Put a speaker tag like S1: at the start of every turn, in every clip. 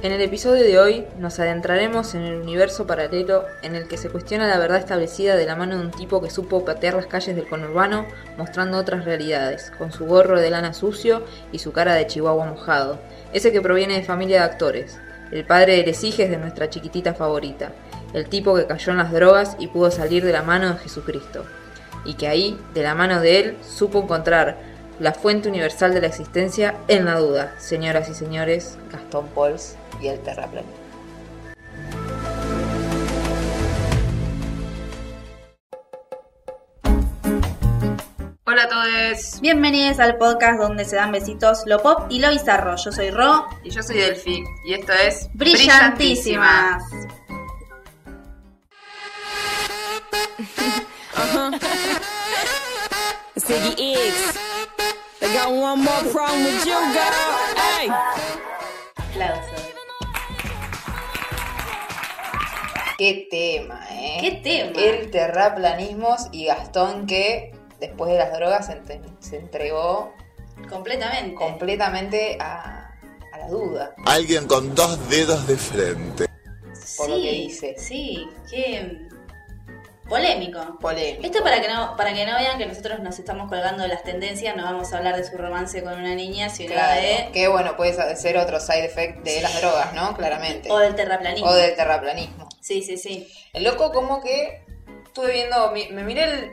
S1: En el episodio de hoy nos adentraremos en el universo paralelo en el que se cuestiona la verdad establecida de la mano de un tipo que supo patear las calles del conurbano mostrando otras realidades, con su gorro de lana sucio y su cara de chihuahua mojado, ese que proviene de familia de actores, el padre de Lesiges de nuestra chiquitita favorita, el tipo que cayó en las drogas y pudo salir de la mano de Jesucristo, y que ahí, de la mano de él, supo encontrar la fuente universal de la existencia en la duda, señoras y señores, Gastón Pols y el terraplanista. Hola a todos.
S2: Bienvenidos al podcast donde se dan besitos lo pop y lo bizarro. Yo soy Ro.
S1: Y yo soy Delphi. Y esto es
S2: Brillantísimas.
S3: Ziggy Uh-huh. X. They got one more problem with you, girl. Hey.
S1: Aplausos. Qué tema, ¿eh?
S2: ¿Qué tema?
S1: El terraplanismos y Gastón que después de las drogas se, entre- se entregó
S2: Completamente.
S1: completamente a, a la duda.
S4: Alguien con dos dedos de frente.
S1: por lo que dice.
S2: Sí, qué polémico.
S1: Polémico.
S2: Esto para que no para que no vean que nosotros nos estamos colgando de las tendencias, no vamos a hablar de su romance con una niña, sino
S1: Este, Claro.
S2: de
S1: Que bueno, puede ser otro side effect de las drogas, ¿no? Claramente.
S2: o del terraplanismo.
S1: O del terraplanismo.
S2: Sí, sí, sí.
S1: El loco como que estuve viendo, mi- me miré el...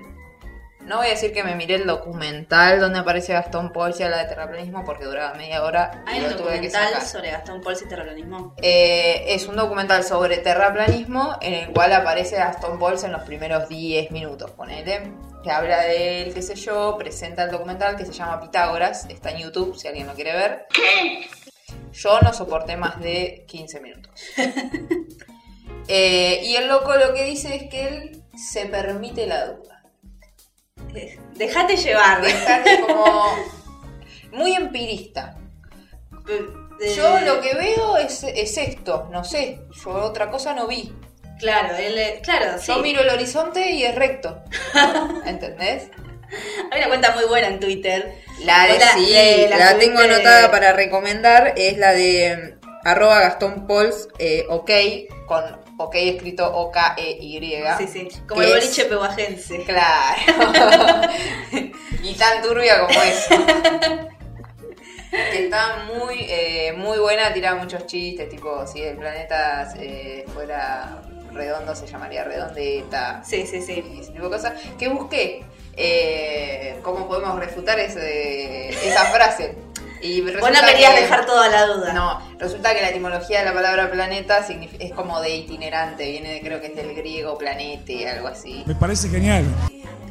S1: No voy a decir que me miré el documental donde aparece Gastón Polla, la de terraplanismo, porque duraba media hora. y
S2: Hay
S1: lo
S2: un
S1: tuve que
S2: documental
S1: sacar.
S2: sobre Gastón Pols y terraplanismo.
S1: Eh, es un documental sobre terraplanismo en el cual aparece Aston Pauls en los primeros 10 minutos, ponele. Que habla de él, qué sé yo, presenta el documental que se llama Pitágoras, está en YouTube si alguien lo quiere ver. Yo no soporté más de 15 minutos. Eh, y el loco lo que dice es que él se permite la duda.
S2: Déjate llevar.
S1: Dejate como muy empirista. Yo
S2: Eh,
S1: lo que veo es, es esto, no sé, yo otra cosa no vi.
S2: Claro, él es- claro, sí.
S1: Yo miro el horizonte y es recto. ¿Entendés?
S2: Hay una cuenta muy buena en Twitter.
S1: La de
S2: Hola,
S1: sí,
S2: eh,
S1: la,
S2: la
S1: tengo
S2: subiste-
S1: anotada para recomendar, es la de mm, arroba Gastón Pols, eh, ok, con ok escrito E O-K-E-Y.
S2: Sí, sí. Como
S1: Ah, que
S2: el
S1: es-
S2: boliche pehuajense.
S1: Claro. y tan turbia como es. Que está muy, eh, muy buena, tira muchos chistes, tipo, si el planeta eh, fuera redondo se llamaría redondeta.
S2: Sí, sí, sí.
S1: y ese tipo de cosas, que busqué eh, cómo podemos refutar ese- esa frase. Y
S2: Vos no
S1: resulta
S2: querías
S1: que-
S2: dejar toda la duda.
S1: No, resulta que la etimología de la palabra planeta signif- es como de itinerante, viene de, creo que es del griego planete, algo así.
S5: Me parece genial.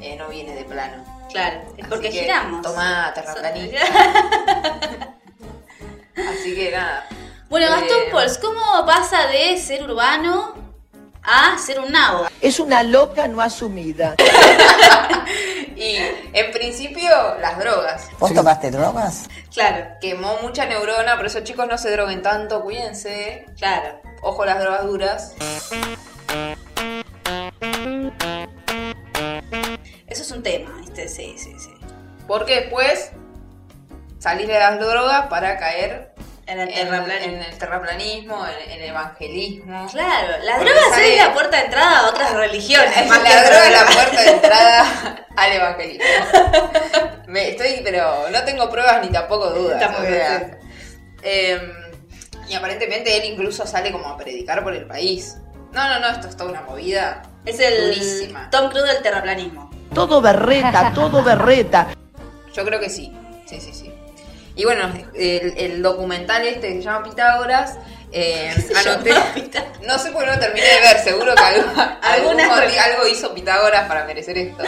S1: Eh, no viene de plano.
S2: Claro, es
S1: Así
S2: porque
S1: que,
S2: giramos.
S1: Tomá, terraplanista. Así que nada.
S2: bueno, Gastón
S1: Eh,
S2: Pols, ¿cómo pasa de ser urbano a ser un nabo?
S6: Es una loca no asumida.
S1: Y en principio, las drogas.
S7: ¿Vos tomaste drogas?
S2: Claro,
S1: Quemó mucha neurona, por eso chicos no se droguen tanto, cuídense.
S2: claro.
S1: Ojo las drogas duras.
S2: Eso es un tema, ¿viste? Sí, sí, sí.
S1: Porque después salís de las drogas para caer
S2: En
S1: en,
S2: el terraplanismo.
S1: en el terraplanismo, en, en el evangelismo.
S2: Claro, las
S1: Porque
S2: drogas
S1: sale-
S2: es la puerta de entrada a otras religiones.
S1: Es
S2: más que
S1: la droga es la
S2: drogas.
S1: puerta de entrada al evangelismo. Me estoy, pero no tengo pruebas ni tampoco dudas.
S2: Está muy
S1: o
S2: bien,
S1: sea, em, y aparentemente él incluso sale como a predicar por el país. No, no, no, esto es toda una movida.
S2: Es el
S1: Durísima.
S2: Tom Cruise del terraplanismo.
S6: Todo berreta, todo berreta.
S1: Yo creo que sí, sí, sí, sí. Y bueno, el, el documental este que se llama Pitágoras, eh, anoté... No sé por qué no terminé de ver, seguro que algo, algún
S2: Algunas
S1: moti-
S2: cosas.
S1: algo hizo Pitágoras para merecer esto.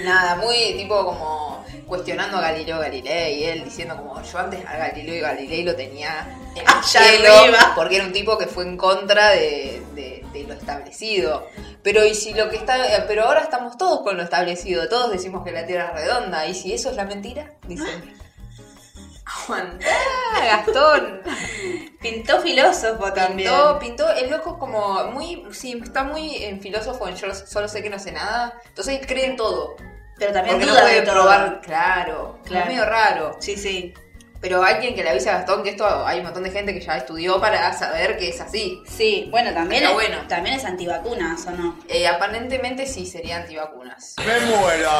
S1: Nada, muy tipo como cuestionando a Galileo Galilei, y él diciendo como yo antes a Galileo y Galilei lo tenía en el
S2: Allá
S1: cielo",
S2: arriba.
S1: porque era un tipo que fue en contra de, de- de lo establecido. Pero y si lo que está, eh, pero ahora estamos todos con lo establecido, todos decimos que la Tierra es redonda, y si eso es la mentira, dicen. Aguantá, Ah, Gastón.
S2: Pintó filósofo también.
S1: Pintó, pintó, el loco como muy, sí, está muy en filósofo, en yo solo sé que no sé nada. Entonces él cree en todo.
S2: Pero también
S1: Porque no
S2: duda
S1: puede
S2: de todo.
S1: probar, claro,
S2: Claro.
S1: Es medio raro.
S2: Sí, sí.
S1: Pero alguien que le avise a Gastón que esto hay un montón de gente que ya estudió para saber que es así.
S2: Sí, bueno, también
S1: Pero
S2: es,
S1: bueno.
S2: también es antivacunas, ¿o no?
S1: Eh, aparentemente sí sería antivacunas.
S4: Me muero.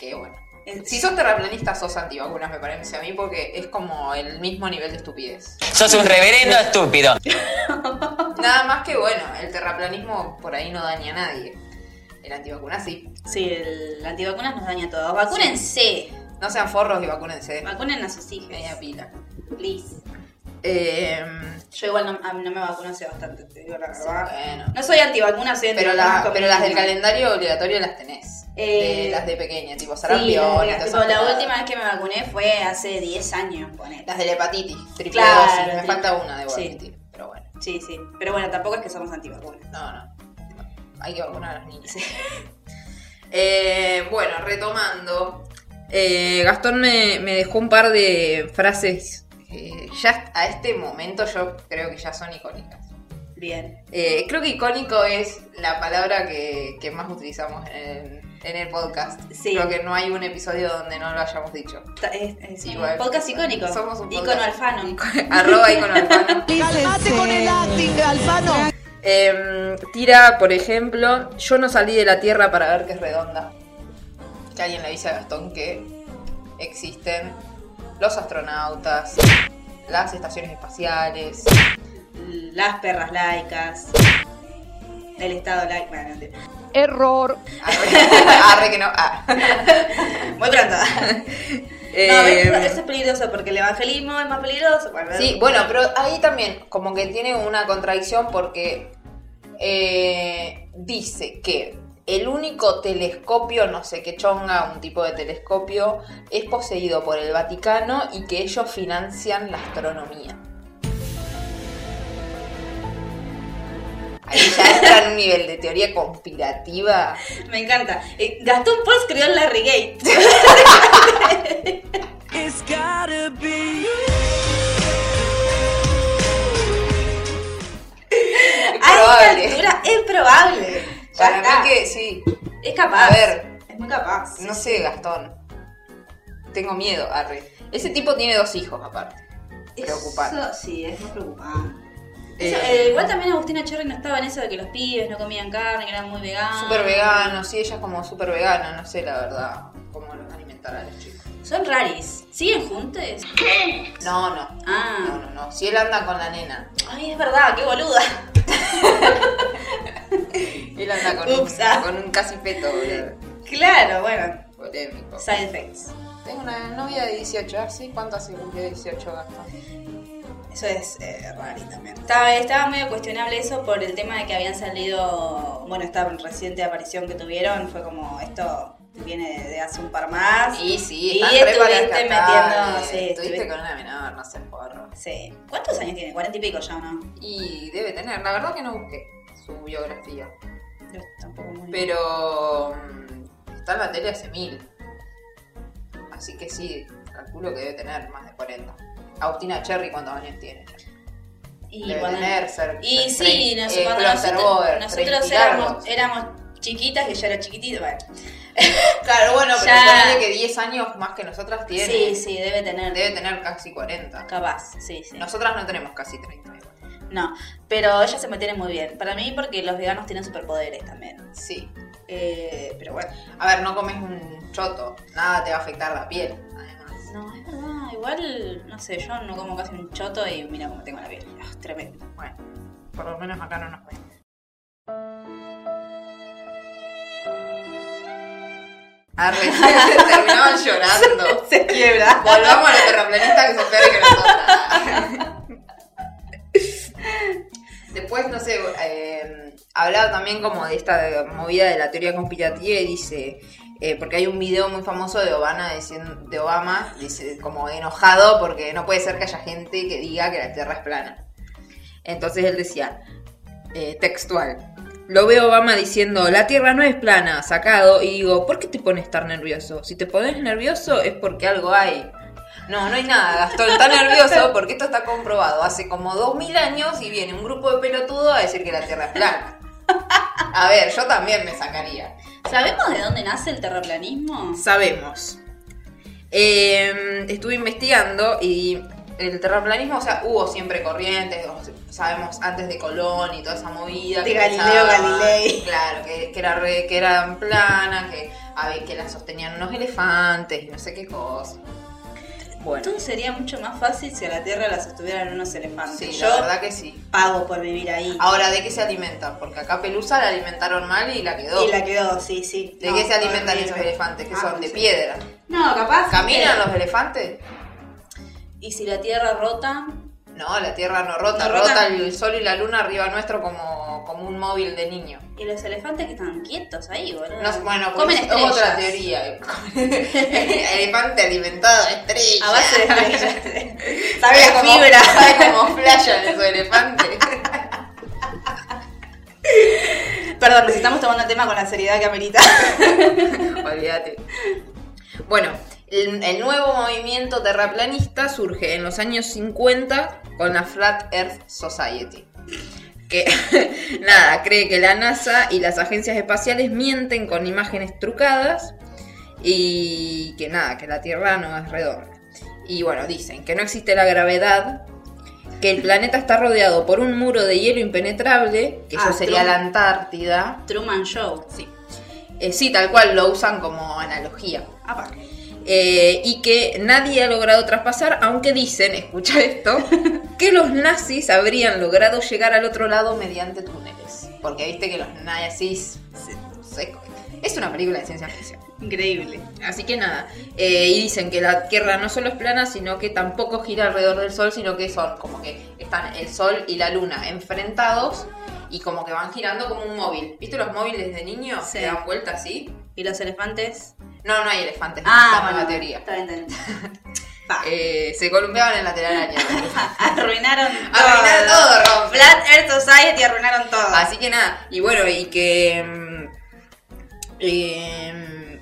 S1: Que bueno.
S2: Es-
S1: Si sos terraplanista sos antivacunas, me parece a mí, porque es como el mismo nivel de estupidez.
S5: Sos un reverendo estúpido.
S1: Nada más que bueno, el terraplanismo por ahí no daña a nadie. El antivacunas sí.
S2: Sí, el antivacunas nos daña a todos. Vacúnense.
S1: No sean forros y vacúnense.
S2: Vacunen a sus hijos.
S1: Media pila.
S2: Please.
S1: Eh,
S2: Yo igual no, a mí no me vacuno hace bastante, te digo la verdad.
S1: bueno.
S2: No soy antivacuna, soy
S1: Pero,
S2: antivacuna
S1: la-
S2: con
S1: pero
S2: mi
S1: las del
S2: mamá.
S1: calendario obligatorio las tenés.
S2: Eh,
S1: De- las de pequeña, tipo
S2: Sí,
S1: sarampión. y todas
S2: tipo,
S1: esas
S2: la
S1: cosas.
S2: última vez que me vacuné fue hace 10 años, ponete.
S1: Las de la hepatitis, triple
S2: Claro,
S1: dosis. Me
S2: triple-
S1: falta una de
S2: sí.
S1: hepatitis. Pero bueno,
S2: Sí, sí. Pero bueno, tampoco es que somos antivacunas.
S1: no, no. Hay que vacunar a los niños. Eh, bueno, retomando. Eh, Gastón me, me dejó un par de frases. eh, ya a este momento yo creo que ya son icónicas.
S2: Bien.
S1: Eh, creo que icónico es la palabra que, que más utilizamos en, en el podcast.
S2: Sí.
S1: Creo que no hay un episodio donde no lo hayamos dicho.
S2: Ta- Es, es un
S1: Igual.
S2: podcast icónico.
S1: Somos un
S2: Icono
S1: podcast.
S2: alfano.
S1: Arroba icono alfano.
S6: Calmate con el acting, Alfano.
S1: Em, tira, por ejemplo, yo no salí de la Tierra para ver que es redonda. Que alguien le avise a Gastón que existen los astronautas, las estaciones espaciales.
S2: Las perras laicas. El estado laico. Bueno, no entiendo.
S1: Arre, arre que no. ah.
S2: Muy pronto. no,
S1: Em,
S2: ves, eso es peligroso porque el evangelismo es más peligroso. Bueno,
S1: Sí, bueno, pero ahí también como que tiene una contradicción porque eh, dice que el único telescopio, no sé qué chonga, un tipo de telescopio, es poseído por el Vaticano y que ellos financian la astronomía. Ahí ya entra en un nivel de teoría conspirativa.
S2: Me encanta. Eh, Gastón Post creó el Larry Gate.
S3: It's gotta be.
S2: A
S1: Probable.
S2: esta altura es probable. Ya
S1: Para
S2: está.
S1: mí que sí.
S2: Es capaz.
S1: A ver.
S2: Es muy capaz.
S1: No sé, Gastón. Tengo miedo, Arre. Ese tipo tiene dos hijos aparte. Preocupante.
S2: Eso sí, es muy preocupante. Eso,
S1: Eh,
S2: eh, igual también Agustina Cherry no estaba en eso de que los pibes no comían carne, que eran muy veganos.
S1: Súper vegano, sí, ella es como súper vegana, no sé la verdad cómo los alimentar a los chicos.
S2: Son raris. ¿Siguen juntos?
S1: No, no.
S2: Ah.
S1: No, no, no. Si él anda con la nena.
S2: Ay, es verdad, qué boluda.
S1: Él anda con,
S2: Ups,
S1: un,
S2: ah.
S1: con un casi peto, boludo.
S2: Claro, bueno.
S1: Polémico.
S2: Side effects.
S1: Tengo una novia de ah, 18, ¿así? ¿Cuánto hace cumplió 18 Gastón?
S2: Eso es eh, rari también. Estaba, estaba medio cuestionable eso por el tema de que habían salido. Bueno, esta reciente aparición que tuvieron fue como esto viene de hace un par más.
S1: Y sí,
S2: Y
S1: están re para
S2: estuviste
S1: escapar,
S2: metiendo-
S1: eh,
S2: sí,
S1: Estuviste
S2: estuviste-
S1: con una menor, no sé, porro.
S2: Sí. ¿Cuántos años tiene? ¿Cuarenta y pico ya o no?
S1: Y debe tener, la verdad que no busqué su biografía.
S2: Yo tampoco muy
S1: Pero mm, está en la tele hace mil. Así que sí, calculo que debe tener más de 40. Agustina Cherry, ¿cuántos años tiene?
S2: Y
S1: Debe
S2: cuando-
S1: tener ser-
S2: Y
S1: ser
S2: sí,
S1: trein-
S2: nos-
S1: eh,
S2: cuando
S1: Cluster
S2: nosotros,
S1: Bover,
S2: nosotros
S1: 30 largos.
S2: éramos, éramos chiquitas, que yo era chiquitita, bueno.
S1: Claro, bueno, pero
S2: Ya-
S1: ponele que 10 años más que nosotras tiene.
S2: Sí, sí, debe tener.
S1: Debe tener casi 40.
S2: Capaz, sí, sí. No.
S1: Nosotras no tenemos casi 30. igual.
S2: pero ellas se mantienen muy bien. Para mí, porque los veganos tienen superpoderes también.
S1: Sí.
S2: Eh, pero bueno.
S1: A ver, no comes un choto. Nada te va a afectar la piel, además.
S2: No, es verdad. Igual, no sé, yo no como casi un choto y mira cómo tengo la piel. Ah, tremendo.
S1: Bueno, por lo menos acá no nos ven. Arre, se Ah, terminaban llorando.
S2: Se quiebra.
S1: Volvamos a los terraplanistas que son peores que nosotros. Después, no sé, eh, hablaba también como de esta movida de la teoría conspirativa y dice, eh, porque hay un video muy famoso de Obama, diciendo, de Obama dice, como enojado porque no puede ser que haya gente que diga que la Tierra es plana. Entonces él decía, eh, textual. Lo veo Obama diciendo, la Tierra no es plana, sacado, y digo, ¿por qué te pones tan nervioso? Si te pones nervioso es porque algo hay. No, no hay nada, Gastón está nervioso porque esto está comprobado. Hace como 2000 años y viene un grupo de pelotudos a decir que la Tierra es plana. A ver, yo también me sacaría.
S2: ¿Sabemos de dónde nace el terraplanismo?
S1: Sabemos. Eh, estuve investigando y el terraplanismo, o sea, hubo siempre corrientes, o sea, sabemos antes de Colón y toda esa movida.
S2: De
S1: que
S2: Galileo
S1: pensaban,
S2: Galilei.
S1: Claro, que, que era re- que eran planas, que, a ver, que la sostenían unos elefantes y no sé qué cosa. Bueno,
S2: Todo sería mucho más fácil si a la Tierra la sostuvieran unos elefantes.
S1: sí,
S2: Yo
S1: la verdad que Ah, sí.
S2: pago por vivir ahí.
S1: Ahora, ¿de qué se alimentan? Porque acá Pelusa la alimentaron mal y la quedó.
S2: Y la quedó, sí, sí.
S1: oh. ¿De
S2: No,
S1: qué se alimentan
S2: horrible.
S1: esos elefantes? Que
S2: Ah,
S1: son
S2: no
S1: de
S2: sé.
S1: piedra.
S2: No, capaz.
S1: ¿Caminan
S2: que-
S1: los elefantes?
S2: Y si la Tierra rota,
S1: No, la Tierra no rota,
S2: No
S1: rota,
S2: rota.
S1: el sol y la luna arriba nuestro como, como un móvil de niño.
S2: y los elefantes que están quietos ahí, boludo.
S1: No, bueno,
S2: comen
S1: pues, es
S2: estrellas.
S1: otra teoría. Elefante alimentado de estrellas.
S2: A base de estrellas. Sabe
S1: ¿Sabes
S2: la
S1: cómo,
S2: fibra.
S1: ¿Sabes cómo flashan esos elefantes?
S2: Perdón, nos estamos tomando el tema con la seriedad que amerita.
S1: Olvídate. Bueno, el, el nuevo movimiento terraplanista surge en los años 50 con la Flat Earth Society. Que nada, cree que la NASA y las agencias espaciales mienten con imágenes trucadas y que nada, que la Tierra no es redonda. Y bueno, dicen que no existe la gravedad, que el planeta está rodeado por un muro de hielo impenetrable, que eso
S2: Ah,
S1: sería
S2: Trump.
S1: la Antártida.
S2: Truman Show.
S1: Sí. Eh, sí, tal cual lo usan como analogía.
S2: Apa.
S1: Eh, y que nadie ha logrado traspasar, aunque dicen, escucha esto, que los nazis habrían logrado llegar al otro lado mediante túneles. Porque viste que los nazis... se- es una película de ciencia ficción.
S2: Increíble.
S1: Así que nada, eh, y dicen que la Tierra no solo es plana, sino que tampoco gira alrededor del Sol, sino que son como que están el Sol y la Luna enfrentados y como que van girando como un móvil. ¿Viste los móviles de niños
S2: Sí.
S1: que dan vuelta así?
S2: ¿Y los elefantes?
S1: No, no hay elefantes,
S2: Ah,
S1: estamos en
S2: bueno,
S1: la teoría.
S2: Está bien, está bien. Pa.
S1: Eh, se columpiaban en la telaraña.
S2: Arruinaron todo.
S1: Arruinaron todo, Ron.
S2: Flat Earth Society arruinaron todo.
S1: Ah. Así que nada, y bueno, y que. mm, em,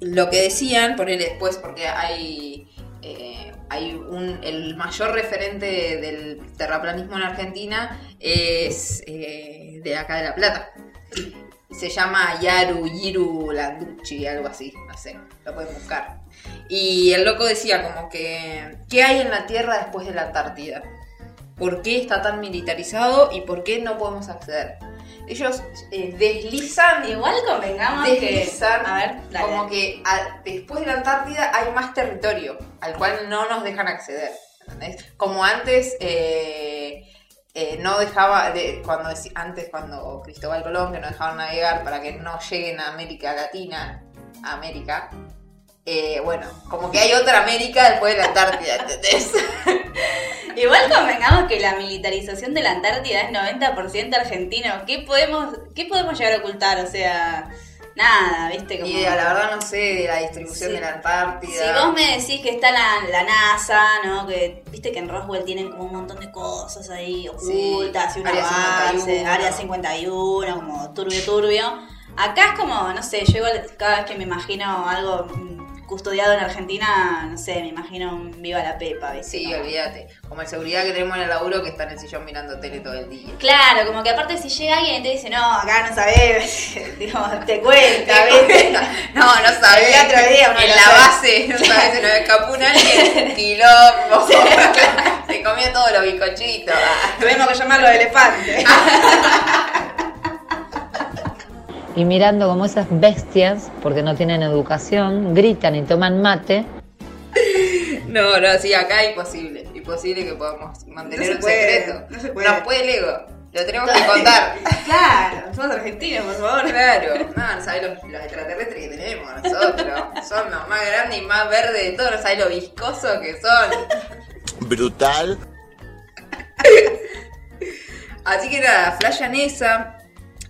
S1: lo que decían, poner después, porque hay. eh, hay un, el mayor referente del terraplanismo en Argentina es eh, de acá de La Plata. Se llama Yaru Yiru Landucci, algo así, no sé, lo pueden buscar. Y el loco decía como que, ¿qué hay en la Tierra después de la Antártida? por qué está tan militarizado y por qué no podemos acceder. Ellos eh, deslizan,
S2: Igual convengamos
S1: deslizan,
S2: que. A ver, dale.
S1: como que a- después de la Antártida hay más territorio al cual no nos dejan acceder. ¿entendés? Como antes eh, eh, no dejaba, de- cuando deci- antes cuando Cristóbal Colón que no dejaban navegar para que no lleguen a América Latina, a América. eh, bueno, como que hay otra América después de la Antártida, ¿entendés?
S2: Igual convengamos que la militarización de la Antártida es 90% argentino. ¿Qué podemos, ¿Qué podemos llegar a ocultar? O sea, nada, ¿viste? Como...
S1: Y la verdad no sé de la distribución
S2: Sí.
S1: de la Antártida.
S2: Si vos me decís que está la, la NASA, ¿no? Que viste que en Roswell tienen como un montón de cosas ahí ocultas,
S1: Sí,
S2: y una
S1: Área 51.
S2: Área 51, como turbio, turbio. Acá es como, no sé, yo igual cada vez que me imagino algo mm, custodiado en Argentina, no sé, me imagino un Viva la Pepa, ¿viste?
S1: Sí,
S2: Como-
S1: olvídate. Como el seguridad que tenemos en el laburo que está en el sillón mirando tele todo el día.
S2: Claro, como que aparte si llega alguien y te dice, no, acá no sabés, digo, te cuenta, ¿viste?
S1: no, no sabés.
S2: El otro día uno
S1: en
S2: no
S1: la
S2: sabe.
S1: base, no sabés, se nos escapó un alguien. Quilombo. se comió todos los bizcochitos.
S2: Tuvimos que llamarlo elefante.
S7: y mirando como esas bestias, porque no tienen educación, gritan y toman mate,
S1: No, no, sí, acá es imposible. Imposible que podamos mantener
S2: No se
S1: un
S2: puede,
S1: secreto.
S2: no se puede.
S1: Nos puede el ego. Lo tenemos que contar.
S2: Claro, somos argentinos, por favor.
S1: Claro, no, no sabés los, los extraterrestres que tenemos nosotros. Son los más grandes y más verdes de todos, no sabés lo viscosos que son.
S4: Brutal.
S1: Así que nada, flashan esa.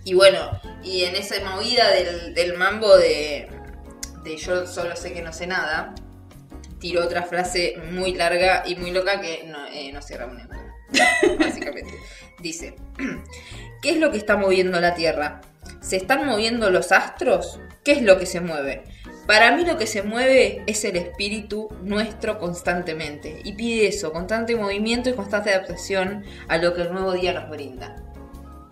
S1: Y bueno, y en esa movida del, del mambo de, de yo solo sé que no sé nada, tiró otra frase muy larga y muy loca que no, eh, no cierra una ninguna. Básicamente. Dice, ¿qué es lo que está moviendo la Tierra? ¿Se están moviendo los astros? ¿Qué es lo que se mueve? Para mí lo que se mueve es el espíritu nuestro constantemente y pide eso, constante movimiento y constante adaptación a lo que el nuevo día nos brinda.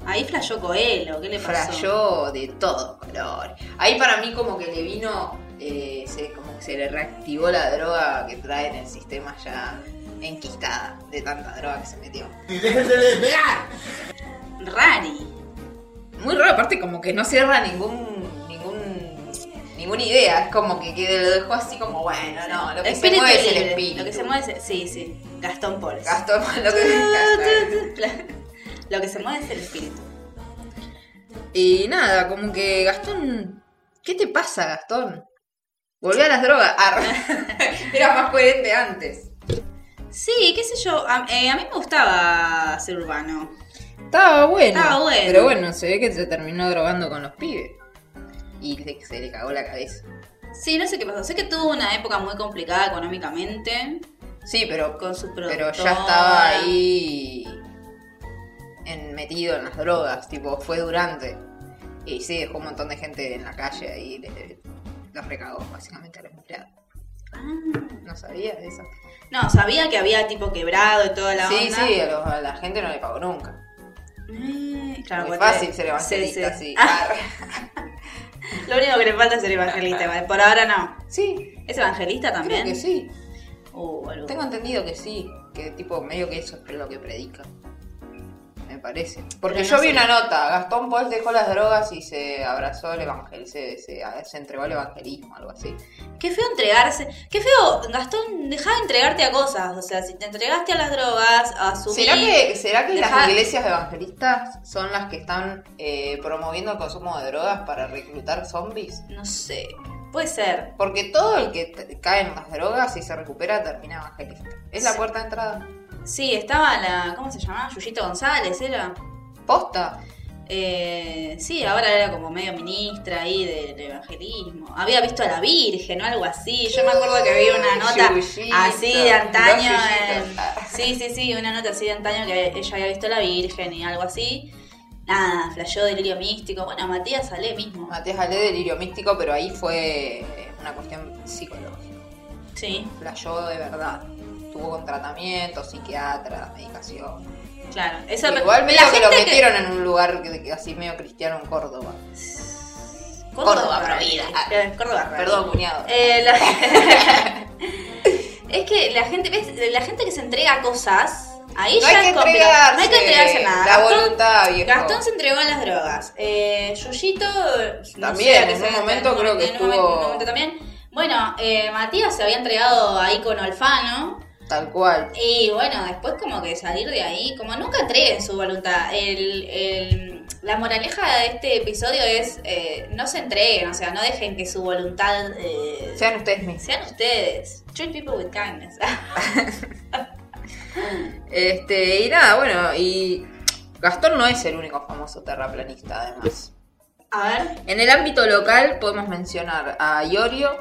S2: Ahí flashó Coelho, ¿qué le pasó?
S1: Frayó de todo color. Ahí para mí como que le vino
S8: eh, se, como que se le reactivó la droga que trae en el sistema ya enquistada de tanta droga que se metió.
S2: Rari.
S8: Muy raro, aparte como que no cierra ningún ningún ninguna idea, es como que, que lo dejó así como bueno, no, lo que se mueve es el
S2: libre,
S8: espíritu.
S2: Lo que se mueve es. Sí, sí. Gastón Pauls.
S8: Gastón, lo que Gastón.
S2: Lo que se mueve es el espíritu.
S1: Y nada, como que Gastón. ¿Qué te pasa, Gastón? Volví a las drogas. Ah, Era más coherente antes.
S2: Sí, qué sé yo. A, eh, a mí me gustaba ser urbano.
S1: Estaba bueno.
S2: Estaba bueno.
S1: Pero bueno, se ve que se terminó drogando con los pibes. Y le- se le cagó la cabeza.
S2: Sí, no sé qué pasó. Sé que tuvo una época muy complicada económicamente.
S1: Sí, pero,
S2: Con su
S1: pero ya
S2: productora.
S1: estaba ahí en- metido en las drogas, tipo, fue durante. Y sí, dejó un montón de gente en la calle ahí, le- los recagó básicamente a los empleados.
S2: Ah.
S1: No sabía de eso.
S2: No, sabía que había tipo quebrado y toda la
S1: sí,
S2: onda.
S1: sí, a, los- a la gente no le pagó nunca.
S2: Eh, claro,
S1: Muy
S2: porque-
S1: fácil ser evangelista, sí. Ah,
S2: Lo único que le falta es ser evangelista, igual. por ahora no.
S1: sí,
S2: ¿Es evangelista también?
S1: creo que sí.
S2: Uh, boludo.
S1: Tengo entendido que sí, que tipo medio que eso es lo que predica. Me parece. Porque
S2: Pero
S1: yo
S2: no
S1: vi
S2: sé.
S1: una nota, Gastón Paul dejó las drogas y se abrazó al evangelio, se, se- se entregó al evangelismo, algo así.
S2: Qué feo entregarse. Qué feo, Gastón, dejá de entregarte a cosas. O sea, si te entregaste a las drogas, a subir...
S1: ¿Será que, será que las
S2: Deja-
S1: iglesias evangelistas son las que están eh, promoviendo el consumo de drogas para reclutar zombies?
S2: No sé. Puede ser.
S1: Porque todo el que t- cae en las drogas y se recupera termina evangelista. Es la
S2: Sí.
S1: puerta de entrada.
S2: Sí, estaba la... ¿Cómo se llamaba? Yuyito González, ¿era?
S1: Posta.
S2: Eh, sí, ahora era como medio ministra ahí del evangelismo. Había visto a la Virgen o algo así. Yo me acuerdo que vi una nota
S1: Yuyito,
S2: así de antaño.
S1: los
S2: en-
S1: yuyitos. Ah.
S2: Sí, sí, sí, una nota así de antaño que ella había visto a la Virgen y algo así. Nada, flasheó delirio místico. Bueno, Matías Ale mismo.
S1: Matías Ale, delirio místico, pero ahí fue una cuestión psicológica.
S2: Sí,
S1: Flayó de verdad. Tuvo con tratamiento, psiquiatra, medicación.
S2: claro. Eso
S1: Igual medio
S2: la
S1: que lo
S2: gente que-
S1: metieron en un lugar que, que así medio cristiano en Córdoba. Córdoba
S2: Córdoba
S1: prohibida.
S2: prohibida.
S1: Ah,
S2: Eh, Córdoba prohibida.
S1: Perdón, cuñado.
S2: Eh, la- es que la gente, ¿ves? la gente que se entrega a cosas, ahí
S1: No
S2: ya
S1: hay que
S2: es complicado. No hay que
S1: entregarse,
S2: entregarse nada.
S1: la voluntad, viejo.
S2: Gastón se entregó a las drogas. Eh, Yuyito. no
S1: También,
S2: sé, a qué
S1: en
S2: se-
S1: un momento
S2: en
S1: creo que
S2: en un momento- en un
S1: estuvo-
S2: momento también. Bueno, eh, Matías se había entregado ahí con Alfano.
S1: Tal cual.
S2: Y bueno, después como que salir de ahí, como nunca entreguen su voluntad. El, el- la moraleja de este episodio es eh, no se entreguen, o sea, no dejen que su voluntad eh,
S1: Sean ustedes mismos.
S2: sean ustedes. Treat people with kindness.
S1: Este, y nada, bueno, y Gastón no es el único famoso terraplanista, además.
S2: A ver,
S1: En el ámbito local podemos mencionar a Iorio.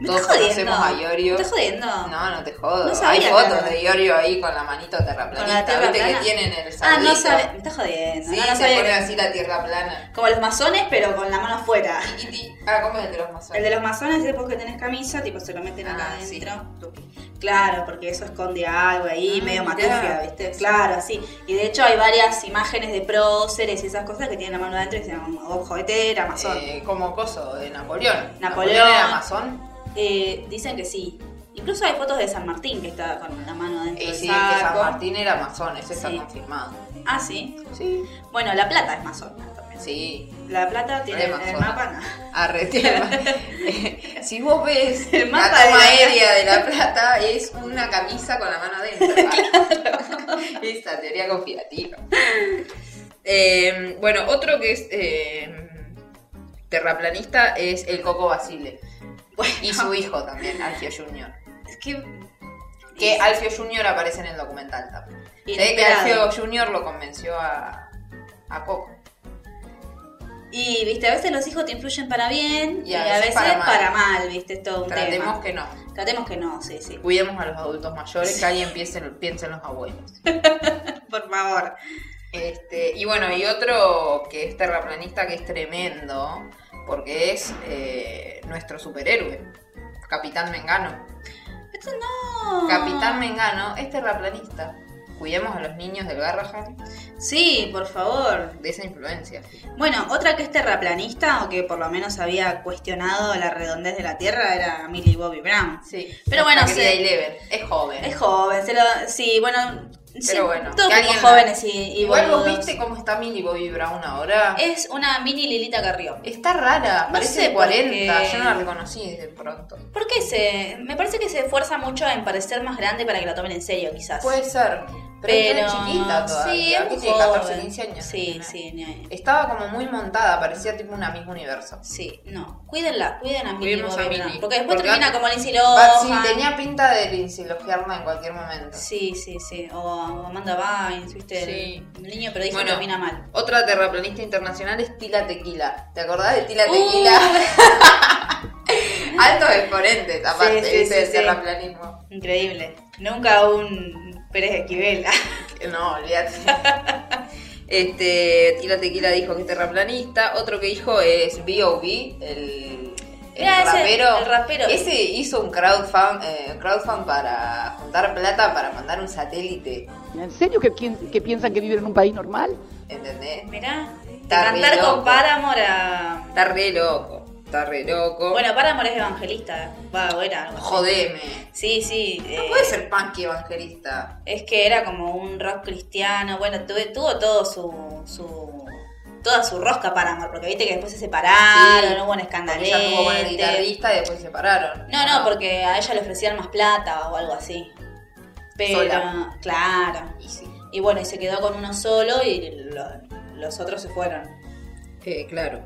S2: me
S1: Todos
S2: estás jodiendo.
S1: conocemos a Iorio.
S2: Me estás jodiendo.
S1: No, no te jodo.
S2: No sabía
S1: Hay
S2: que
S1: fotos
S2: era-
S1: de Iorio ahí con la manito terraplanista.
S2: tierra
S1: Viste que
S2: plana.
S1: tienen el
S2: ah,
S1: saudito.
S2: no sabes. Me estás jodiendo.
S1: Sí,
S2: no, no
S1: se
S2: sabía
S1: pone
S2: que-
S1: así la tierra plana.
S2: Como los masones, pero con la mano afuera.
S1: Y ti- Ah, ¿cómo es el de los masones?
S2: El de los masones es después que tenés camisa, tipo se lo meten acá
S1: Ah, sí.
S2: adentro. Claro, porque eso esconde algo ahí,
S1: Ah,
S2: medio
S1: mirá.
S2: matufia, ¿viste? Claro, así. Y de hecho hay varias imágenes de próceres y esas cosas que tienen la mano adentro y se llaman o jovetera, masón.
S1: Eh, como coso de Napoleón.
S2: Napoleón.
S1: era masón.
S2: Eh, dicen que sí. Incluso hay fotos de San Martín que está con la mano adentro
S1: Y
S2: del
S1: Eh, sí, que
S2: saco.
S1: San Martín era masón, eso está
S2: Sí.
S1: confirmado.
S2: Ah, sí.
S1: Sí.
S2: Bueno, La Plata es masona también.
S1: Sí.
S2: La Plata tiene
S1: Re
S2: el
S1: masona.
S2: mapa, no.
S1: Arretema. si vos ves
S2: El
S1: la
S2: mapa
S1: toma
S2: de la-
S1: aérea de La Plata es una camisa con la mano adentro. claro. Esa teoría conspirativa. Eh, bueno, otro que es eh, terraplanista es el Coco Basile. Y su hijo también, Alfio Junior.
S2: Es que.
S1: Que
S2: es
S1: Alfio Junior aparece en el documental también. Se ve que
S2: inesperado.
S1: Alfio Junior lo convenció a, a Coco.
S2: Y, viste, a veces los hijos te influyen para bien y a, veces, para, mal. viste, es todo un
S1: Tratemos
S2: tema.
S1: que no.
S2: Tratemos que no, sí, sí.
S1: Cuidemos a los adultos mayores, que alguien piense, piense en los abuelos.
S2: Por favor.
S1: Este, y bueno, y otro que es terraplanista que es tremendo, porque es eh, nuestro superhéroe, Capitán Mengano.
S2: Esto no.
S1: Capitán Mengano es terraplanista. Cuidemos a los niños del Garrahan.
S2: Sí, por favor.
S9: de esa influencia.
S2: Bueno, otra que es terraplanista o que por lo menos había cuestionado la redondez de la Tierra era Millie Bobby Brown.
S9: Sí.
S2: Pero bueno,
S1: Nuestra querida
S2: sí.
S1: Eleven. Es joven.
S2: Es joven, se lo, sí, bueno, sí,
S1: bueno,
S2: todos
S1: que
S2: somos
S1: alguien-
S2: jóvenes y, y
S1: Igual vos
S2: boludos.
S1: viste cómo está Millie Bobby Brown ahora.
S2: Es una mini Lilita Carrión.
S1: Está rara,
S2: No
S1: parece
S2: sé
S1: de
S2: por
S1: 40.
S2: qué.
S1: Yo no la reconocí de pronto.
S2: ¿Por qué se.? Me parece que se esfuerza mucho en parecer más grande para que lo tomen en serio, quizás.
S1: Puede ser. Pues, Pero,
S2: pero.
S1: es chiquita
S2: Sí,
S1: todavía.
S2: es
S1: que
S2: muy
S1: tiene 14,
S2: joven.
S1: 15 años.
S2: Sí,
S1: ¿no?
S2: sí, ni-
S1: Estaba como muy montada, parecía tipo una misma universo.
S2: sí. No, cuídenla, cuiden a Millie
S9: Cuidemos
S2: Bobby
S9: a
S2: Brown,
S9: Millie.
S2: Porque después
S1: Porque
S2: termina
S1: antes-
S2: como Lindsay
S1: Va, sí,
S2: Lohan.
S1: tenía pinta de lincelogiarla en cualquier momento.
S2: Sí, sí, sí. O Amanda Bynes, viste.
S9: Sí.
S2: El niño pero dijo
S9: Bueno.
S2: que termina mal.
S9: Otra terraplanista internacional es Tila Tequila.
S1: ¿Te acordás de Tila
S2: Uh.
S1: Tequila? Altos exponentes, aparte,
S2: Sí, sí,
S1: viste,
S2: sí,
S1: de
S2: sí.
S1: terraplanismo.
S2: Increíble. Nunca un Pérez Esquivel.
S1: No, olvídate.
S9: Este, Tila Tequila dijo que es terraplanista. Otro que dijo es B.O.B., el, el
S2: Mirá, ese,
S9: rapero.
S2: el rapero.
S9: Ese
S1: Ese hizo un crowdfund, eh, crowdfund para juntar plata para mandar un satélite,
S3: ¿En serio que, quien- que piensan que viven en un país normal?
S1: ¿entendés?
S2: Mirá. De
S9: Está
S2: cantar
S9: re
S2: con
S9: loco.
S2: Paramore a.
S9: está re loco. Está re loco.
S2: Bueno, Paramore es evangelista. Va, o era algo así.
S1: Jodeme.
S2: Sí, sí. eh,
S1: Puede ser punk y evangelista.
S2: es que era como un rock cristiano. Bueno, tuve, tuvo todo su. su toda su rosca Paramore. Porque viste que después se separaron,
S1: Sí,
S2: no hubo un
S1: Porque ella tuvo con el
S2: escandalete.
S1: guitarrista y después se separaron.
S2: Este. No, no, porque a ella le ofrecían más plata o algo así. Pero,
S1: Sola.
S2: claro.
S1: Y sí.
S2: Y bueno, y se quedó con uno solo y lo- los otros se fueron.
S9: Eh, claro.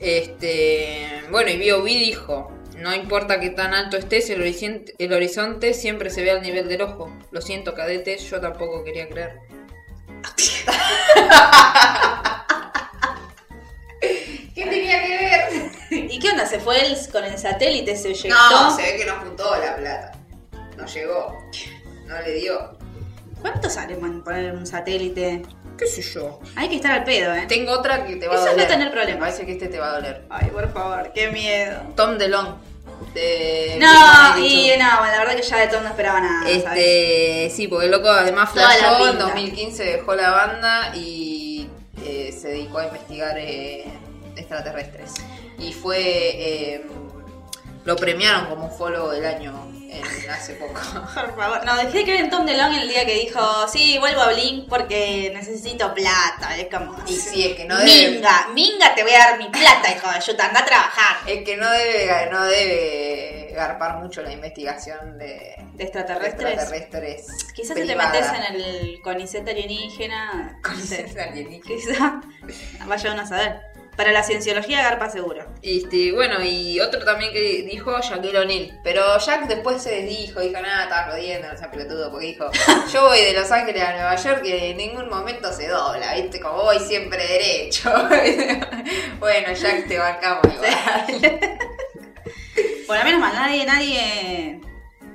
S9: Este, bueno, y B.O.B. dijo, no importa que tan alto estés, el horizonte, el horizonte siempre se ve al nivel del ojo. Lo siento, cadetes, yo tampoco quería creer.
S1: ¿Qué tenía que ver?
S2: ¿Y qué onda? ¿Se fue él con el satélite? ¿Se eyectó?
S1: No, se ve que no juntó la plata. No llegó. No le dio.
S2: ¿Cuánto sale man, poner un satélite?
S9: ¿Qué sé yo?
S2: Hay que estar al pedo, ¿eh?
S1: Tengo otra que te va
S2: Eso
S1: a
S2: es no
S1: doler.
S2: tener
S1: Me
S2: problemas.
S1: parece que este te va a doler.
S2: Ay, por favor, qué miedo.
S9: Tom DeLong.
S1: De-
S2: No,
S1: de-
S2: y no, la verdad que ya de todo no esperaba nada. ¿sabes?
S9: Este, sí, porque el loco además
S2: Toda la
S9: flashó
S2: pinta.
S9: en
S1: En
S9: 2000.
S1: 2015 dejó la banda y eh, se dedicó a investigar eh, extraterrestres. Y fue. eh, lo premiaron como ufólogo del año en- hace poco.
S2: Por favor, no, dejé de creer en Tom DeLong el día que dijo, sí, vuelvo a Blink porque necesito plata. Es como,
S1: Y sí, es que no debe.
S2: minga, minga te voy a dar mi plata, hijo de yuta, anda a trabajar.
S1: Es que no debe, no debe garpar mucho la investigación de,
S2: ¿De extraterrestres?
S1: extraterrestres
S2: Quizás si te
S1: privada.
S2: metes en el CONICET alienígena,
S1: Conoces a alienígenas.
S2: quizás vaya uno a saber. Para la cienciología, garpa seguro.
S9: Este, bueno, y otro también que dijo Shaquille O'Neal.
S1: Pero Jack después se desdijo, dijo, nada, estaba jodiendo, no sea pelotudo, porque dijo, yo voy de Los Ángeles a Nueva York y en ningún momento se dobla, viste, como voy siempre derecho. bueno, Jack, te bancamos igual.
S2: Por lo menos mal, nadie, nadie,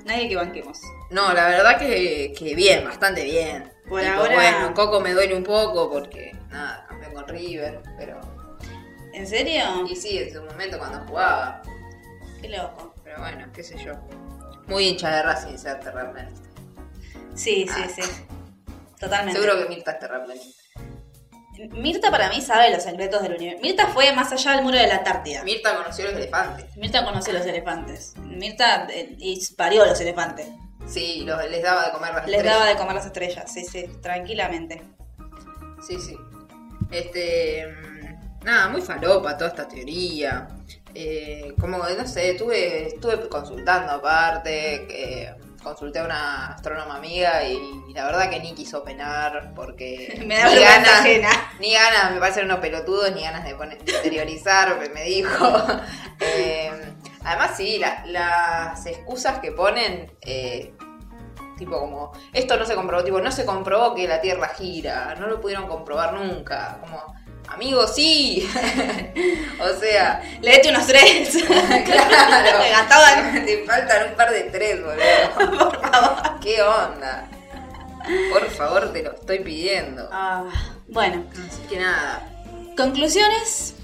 S2: nadie que banquemos.
S9: No, la verdad que, que bien, bastante bien.
S2: Por
S9: Tipo,
S2: ahora-
S9: Bueno, Coco me duele un poco porque...
S1: Nada, cambió con River, pero...
S2: ¿En serio?
S1: Y sí, en su momento cuando jugaba,
S2: Qué loco.
S1: pero bueno, qué sé yo. Muy hincha de Racing ser terraplanista.
S2: Sí, sí, sí. Totalmente.
S1: Ah. Seguro que Mirta es terraplanista.
S2: Mirta para mí sabe los secretos del universo. Mirta fue más allá del muro de la Antártida.
S1: Mirta conoció los elefantes.
S2: Mirta conoce los elefantes. Mirta eh, y parió a los elefantes.
S1: Sí, los, les daba de comer las
S2: Les
S1: estrellas.
S2: daba de comer las estrellas, sí, sí, tranquilamente.
S9: Sí, sí. Este. mm, Nada, muy falopa toda esta teoría. Eh, como, no sé,
S1: Estuve, estuve consultando aparte, que consulté a una astrónoma amiga y, la verdad que ni quiso penar porque
S2: Me da
S1: ni
S2: vergüenza
S1: ganas,
S2: ajena.
S1: ni ganas, me parecen unos pelotudos, ni ganas de, poner, de interiorizar, me- me dijo. Eh, además sí, la- las excusas que ponen, eh, tipo como, esto no se comprobó, tipo, no se comprobó que la Tierra gira, no lo pudieron comprobar nunca, como, amigo, sí, o sea...
S2: Leete unos tres.
S1: Claro.
S2: Te gastaban.
S1: Te faltan un par de tres, boludo.
S2: Por favor.
S1: ¿Qué onda? Por favor, te lo estoy pidiendo.
S2: Ah, bueno,
S1: Así que nada.
S2: conclusiones.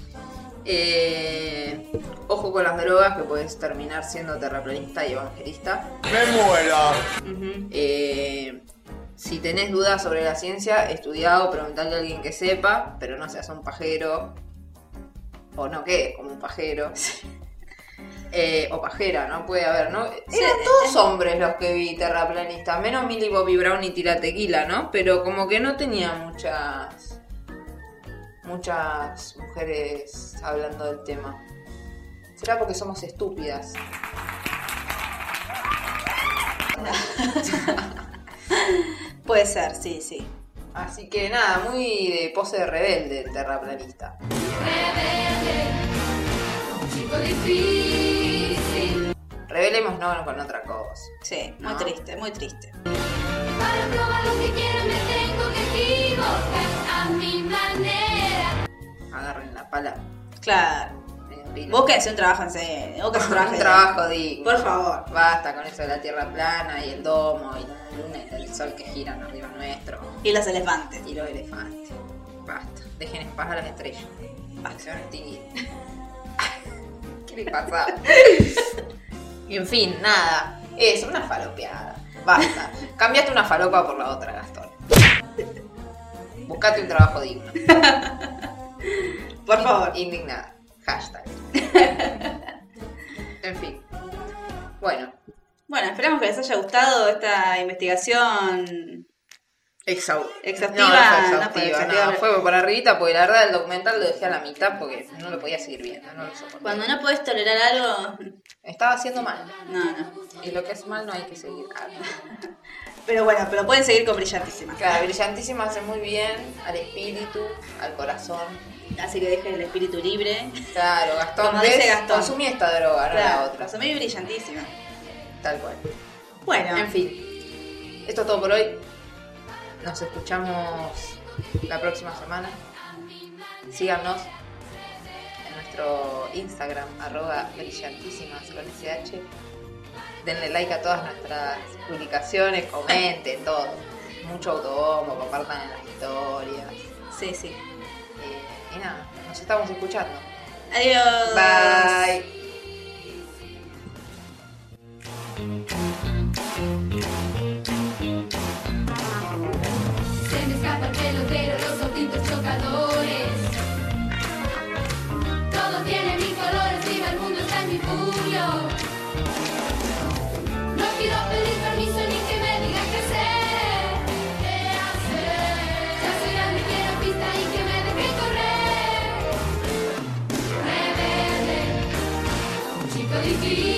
S1: eh, ojo con las drogas, que puedes terminar siendo terraplanista y evangelista.
S10: Me muero.
S2: Ujú.
S1: Eh, Si tenés dudas sobre la ciencia, estudiá o preguntale a alguien que sepa, pero no seas un pajero. O no quedes como un pajero. Eh, o pajera, ¿no? Puede haber, ¿no? Eran todos hombres los que vi terraplanistas, menos Millie Bobby Brown y Tira Tequila, ¿no? Pero como que no tenía muchas. muchas mujeres hablando del tema. Será porque somos estúpidas.
S2: Puede ser, sí, sí.
S1: Así que nada, muy de pose de rebelde el terraplanista. Rebelemos no con otra cosa.
S2: Sí, muy
S1: No.
S2: triste, muy triste.
S11: Para probar lo que quiero me tengo que equivocar a mi manera.
S1: Agarren la pala.
S2: Claro.
S1: en pila.
S2: Vos que haces un trabajo en serio. Vos que haces un trabajo
S1: un
S2: en
S1: trabajo digno.
S2: Por favor.
S1: Basta con eso de la tierra plana y el domo y la luna y el sol que giran arriba nuestro.
S2: serio. Y los elefantes.
S1: Y los elefantes. Basta. Dejen en paz a las estrellas. Basta, se van a extinguir. ¿Qué le pasa? y en fin, nada. Es una falopeada. Basta. Cambiaste una falopa por la otra, Gastón. Buscate un trabajo digno.
S2: Por favor.
S1: Indignada. Hashtag. en fin. Bueno.
S2: Bueno, esperamos que les haya gustado esta investigación.
S1: Exau-
S2: Exhaustiva,
S1: No, no fue
S2: no fue
S1: exhaustiva.
S2: exhaustiva.
S1: no, fue por arribita porque la verdad el documental lo dejé a la mitad porque no lo podía seguir viendo. No lo soportaba.
S2: Cuando no puedes tolerar algo,
S1: Estaba haciendo mal.
S2: no, no.
S1: Y lo que es mal no hay que seguir. Ah, no.
S2: Pero bueno, pero pueden seguir con brillantísimas.
S1: Claro, brillantísima hace muy bien al espíritu, al corazón.
S2: Así que dejen el espíritu libre.
S1: Claro, Gastón,
S2: Como dice
S1: ¿ves?
S2: Gastón.
S1: consumí esta droga, no la otra.
S2: Consumí brillantísima.
S1: Tal cual.
S2: Bueno,
S1: En fin, esto es todo por hoy. Nos escuchamos la próxima semana. Síganos en nuestro Instagram, arroba brillantísimas con SH. Denle like a todas nuestras publicaciones, comenten, todo. Mucho autobombo, compartan en las historias.
S2: sí, sí.
S1: Eh, y nada, nos estamos escuchando.
S2: Adiós.
S1: Bye.
S11: Se me escapa el pelotero, los autitos chocadores. Todo tiene mi color, encima el mundo está en mi puño. No quiero pedir permiso ni que me digas qué hacer. ¿Qué hacer? Ya soy grande, quiero pista y que me deje correr. Rebelde, un chico difícil.